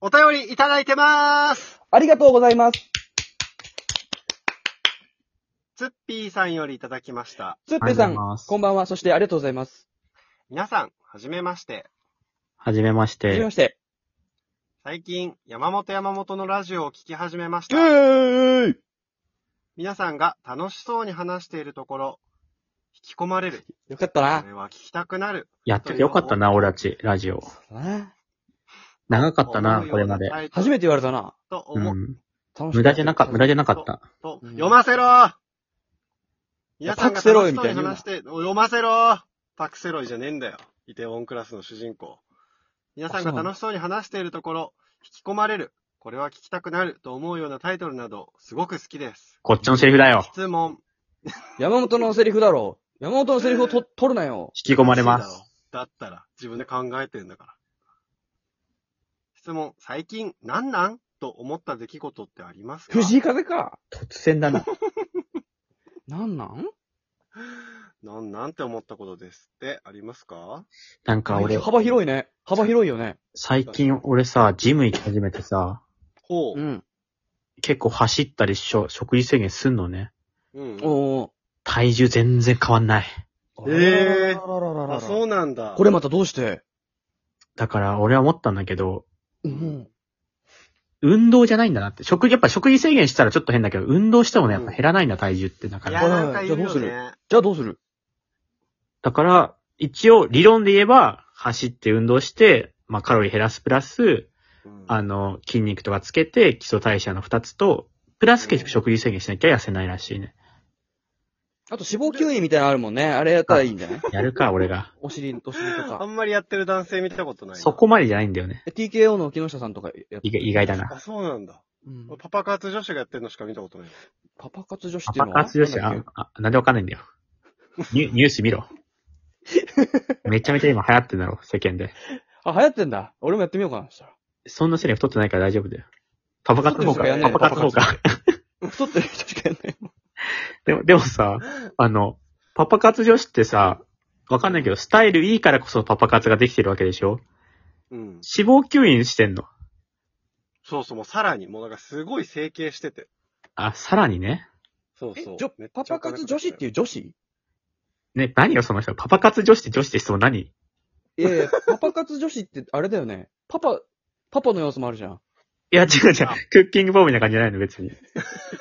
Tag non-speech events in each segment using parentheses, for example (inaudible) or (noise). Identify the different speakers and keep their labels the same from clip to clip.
Speaker 1: お便りいただいてまーす
Speaker 2: ありがとうございます。
Speaker 1: ツッピーさんよりいただきました。
Speaker 2: つっぺさ
Speaker 3: ありがとうござい
Speaker 2: ん、
Speaker 3: ます
Speaker 2: こんばんは。そしてありがとうございます。
Speaker 1: 皆さん、はじめまして。
Speaker 3: はじめまし
Speaker 2: はじめ
Speaker 3: て
Speaker 2: ま。して。
Speaker 1: 最近、山本山本のラジオを聞き始めまし
Speaker 2: イ
Speaker 1: た。
Speaker 2: ェーイ
Speaker 1: 皆さんが楽しそうに話しているところ、引き込まれる。
Speaker 2: よかった
Speaker 1: こ
Speaker 2: な。
Speaker 1: れは聞きたくなる。
Speaker 3: やっててよかったな、俺たち、ラジオ。長かったな、これまで。
Speaker 2: 初め
Speaker 1: て。
Speaker 2: て言われたな。
Speaker 1: と
Speaker 3: う
Speaker 1: 思っ
Speaker 3: ん。
Speaker 2: 楽し
Speaker 3: 無駄じゃなかった、無駄じゃなかった。
Speaker 1: と、読ませろー皆さんが楽しそうに話して、お読ませろーパクセロイじゃねえんだよ。イテウォンクラスの主人公。皆さんが楽しそうに話しているところ、引き込まれる。これは聞きたくなると思うようなタイトルなど、すごく好きです。
Speaker 3: こっちのセリフだよ。
Speaker 1: 質問。
Speaker 2: 山本のセリフだろう。山本のセリフをと取るなよ。
Speaker 3: 引き込まれます。
Speaker 1: だったら、自分で考えてんだから。質問。最近、なんなんと思った出来事ってありますか
Speaker 2: 藤井風か。
Speaker 3: 突然だな。
Speaker 2: なんなん
Speaker 1: なんなんて思ったことですって、ありますか
Speaker 3: なんか俺、
Speaker 2: 幅広いね。幅広いよね。
Speaker 3: 最近俺さ、ジム行き始めてさ、
Speaker 1: ほう。
Speaker 2: ん。
Speaker 3: 結構走ったりしょ、食事制限すんのね。
Speaker 1: うん。
Speaker 2: おー。
Speaker 3: 体重全然変わんない。
Speaker 1: えー
Speaker 2: あららららら
Speaker 1: あ、そうなんだ。
Speaker 2: これまたどうして
Speaker 3: だから俺は思ったんだけど、
Speaker 2: うん。
Speaker 3: 運動じゃないんだなって。食、やっぱ食事制限したらちょっと変だけど、運動してもね、やっぱ減らないんだ、体重って。だか
Speaker 1: い
Speaker 3: ら。
Speaker 1: や、なんかいる
Speaker 2: じゃあどう
Speaker 1: よ
Speaker 2: す
Speaker 1: ね
Speaker 2: る。じゃあどうする
Speaker 3: だから、一応、理論で言えば、走って運動して、まあ、カロリー減らすプラス、
Speaker 1: うん
Speaker 3: あの、筋肉とかつけて、基礎代謝の二つと、プラス結局食事制限しなきゃ痩せないらしいね。
Speaker 2: あと脂肪吸引みたいなのあるもんね。あれやったらいいんじゃない
Speaker 3: や
Speaker 2: (laughs)
Speaker 3: るか、俺が。
Speaker 2: お尻、お尻と
Speaker 1: あ
Speaker 2: か。
Speaker 1: んまりやってる男性見たことないな。
Speaker 3: そこまでじゃないんだよね。
Speaker 2: え TKO の木下さんとかやっ
Speaker 3: 意外意外だな。
Speaker 1: あ、そうなんだ。
Speaker 2: うん
Speaker 1: パパ活女子がやってるのしか見たことない。
Speaker 2: パパ活女子っ
Speaker 3: パ
Speaker 2: ていう
Speaker 3: パ
Speaker 2: のは
Speaker 3: 活女子、
Speaker 2: なんだっ
Speaker 3: あ、あなんでわかんないんだよ。
Speaker 2: (laughs)
Speaker 3: ニュニュース見ろ。めちゃめちゃ今流行ってんだろ、世間で。
Speaker 2: けあ、流行ってんだ。俺もやってみようかな、そしたら。
Speaker 3: そんなセリフ取ってないから大丈夫だよ。パパ活の方
Speaker 2: そうです
Speaker 3: か、
Speaker 2: よ
Speaker 3: パパ活の方か。
Speaker 2: 太ってる人しかやんない。
Speaker 3: でも、でもさ、あの、パパ活女子ってさ、わかんないけど、スタイルいいからこそパパ活ができてるわけでしょ
Speaker 1: うん。
Speaker 3: 脂肪吸引してんの。
Speaker 1: そうそう、もうさらに、もうなんかすごい整形してて。
Speaker 3: あ、さらにね。
Speaker 1: そう
Speaker 2: え
Speaker 1: そう、
Speaker 2: じょ。パパ活女子って
Speaker 1: いう。
Speaker 2: いう女子
Speaker 3: ね、何よその人。パパ活女子って女子って質問何
Speaker 2: いやいや、パパ活女子ってあれだよね。パパ、パパの要素もあるじゃん。
Speaker 3: いや、違う違う。クッキングフォーみたいな感じじゃないの、別に。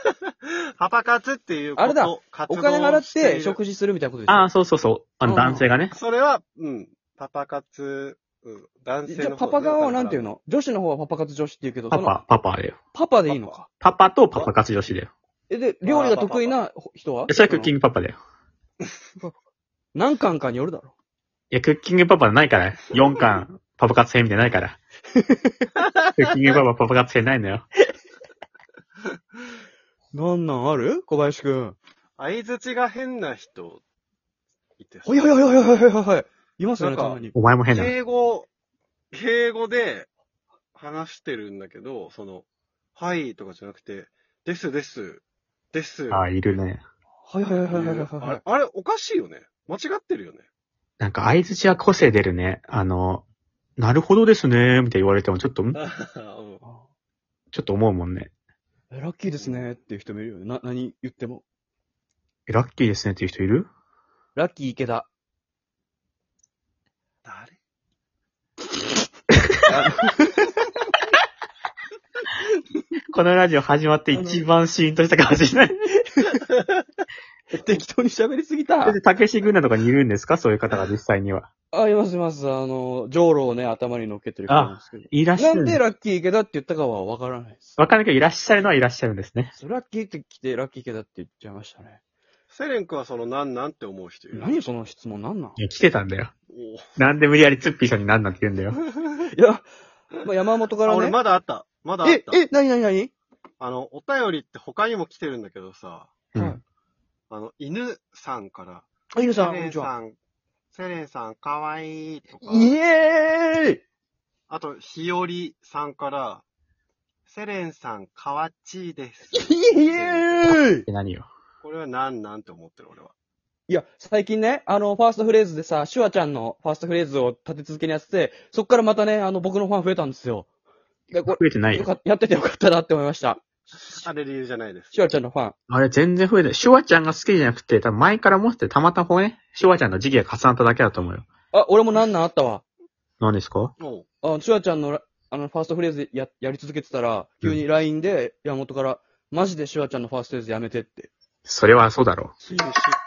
Speaker 1: (laughs) パパ活っていうこと。
Speaker 2: あれだ
Speaker 1: 活
Speaker 2: お
Speaker 1: 動
Speaker 2: 金払っ
Speaker 1: をしてい
Speaker 2: て
Speaker 1: る
Speaker 2: 食事するみたいなことでしょ
Speaker 3: ああ、そうそうそう。あの、
Speaker 2: うんうん
Speaker 3: 男性がね。
Speaker 1: それは、うん。パパ活、うん、男性
Speaker 2: じゃあ
Speaker 1: の方
Speaker 2: パパ側はなんていうの女子の方はパパ活女子って言うけど、
Speaker 3: パ
Speaker 2: その
Speaker 3: パ、パパだよ。
Speaker 2: パパでいいのか。
Speaker 3: パパとパパ活女子だよ。
Speaker 2: え、で、料理が得意な人は
Speaker 3: えそれはクッキン
Speaker 2: グ。
Speaker 3: グパパだよ。
Speaker 2: 何巻かによるだろ。
Speaker 3: いや、クッキングパパないから。4巻、パパ活編みたいなのな
Speaker 2: (laughs)
Speaker 3: いから。クッキングパパ、パパ活編ないのよ。
Speaker 2: なんなんある小林くん。
Speaker 1: 相づちが変な人、いてさ
Speaker 2: はいはいはいはいはいはいはい。いますよね、
Speaker 1: なん
Speaker 2: た
Speaker 1: か
Speaker 2: まに。
Speaker 3: お前も変だな。
Speaker 1: 敬語、敬語で話してるんだけど、その、はいとかじゃなくて、ですです、です。
Speaker 3: ああ、いるね。
Speaker 2: はいはいはいはいはいはい
Speaker 1: あ
Speaker 2: は
Speaker 1: れ、あれおかしいよね。間違って
Speaker 2: (laughs)
Speaker 1: るよね。
Speaker 3: なんか、相槌は個性出るね。あの、なるほどですね、みたいに言われても、ちょっと、ん
Speaker 1: うん
Speaker 2: い。
Speaker 3: ちょっと思うもんね。
Speaker 2: え、ラッキーですねっていう人もいるよね。な、何言っても。
Speaker 3: え、ラッキーですねっていう人いる
Speaker 2: ラッキー池田。
Speaker 1: 誰
Speaker 3: このラジオ始まって一番シーンとしたかもし
Speaker 2: (laughs)
Speaker 3: れない。
Speaker 2: 適当に喋りすぎた
Speaker 3: で、たけし軍団とかにいるんですかそういう方が実際には。
Speaker 2: あ、いますいます。あの、ジョーロをね、頭に乗っけてる人なんですけど。
Speaker 3: いらっしゃ
Speaker 2: なんで
Speaker 3: る。
Speaker 2: ラッキー池田って言ったかはわからないです。
Speaker 3: わかんないけど、いらっしゃるのはいらっしゃるんですね。
Speaker 2: そうラッキーって来て、ラッキー池田って言っちゃいましたね。
Speaker 1: (laughs) セレン君はその、なんなんって思う人いる
Speaker 2: 何その質問なんなん
Speaker 3: いや、来てたんだよ。
Speaker 1: お
Speaker 3: なんで無理やりツッピーさんになんなんて言うんだよ。
Speaker 2: いや、まあ、山本か
Speaker 1: あ
Speaker 2: ら
Speaker 1: 俺
Speaker 2: ね。
Speaker 1: まだあった。まだあっ
Speaker 2: え
Speaker 1: た、。
Speaker 2: え、なになになに
Speaker 1: あの、お便りって他にも来てるんだけどさ、
Speaker 3: う
Speaker 2: はい
Speaker 3: ん。
Speaker 1: あの、犬さんから、
Speaker 2: あ、ゆるさ
Speaker 1: セ
Speaker 2: ん、こん
Speaker 1: レ
Speaker 2: に
Speaker 1: ン
Speaker 2: ちは。
Speaker 1: さん、セレンさんかわいいとか。
Speaker 2: イエーイ
Speaker 1: あと、ひよりさんから、セレンさん、かわっちいです。
Speaker 2: イエーイ
Speaker 3: え、何よ。
Speaker 1: これはなんなんて思ってる、俺は。
Speaker 2: いや、最近ね、あの、ファーストフレーズでさ、シュワちゃんのファーストフレーズを立て続けにやってて、そっからまたね、あの、僕のファン増えたんですよ。でこ
Speaker 3: 増えてない
Speaker 2: れよか
Speaker 3: よ。
Speaker 2: っやっててよかったなって思いました。
Speaker 1: あれ理由じゃないです。
Speaker 2: シュワちゃんのファン。
Speaker 3: あれ全然増えてない。シュワちゃんが好きじゃなくて、多分前から持っててたまたまね、シュワちゃんの時期が重なっただけだと思うよ。
Speaker 2: あ、俺もなんなんあったわ。
Speaker 3: 何ですか
Speaker 1: おう
Speaker 2: あシュワちゃんの、あの、ファーストフレーズや、やり続けてたら、急に LINE で山本から、マジでシュワちゃんのファーストフレーズやめてって。
Speaker 3: それはそうだろう。
Speaker 1: 厳しい。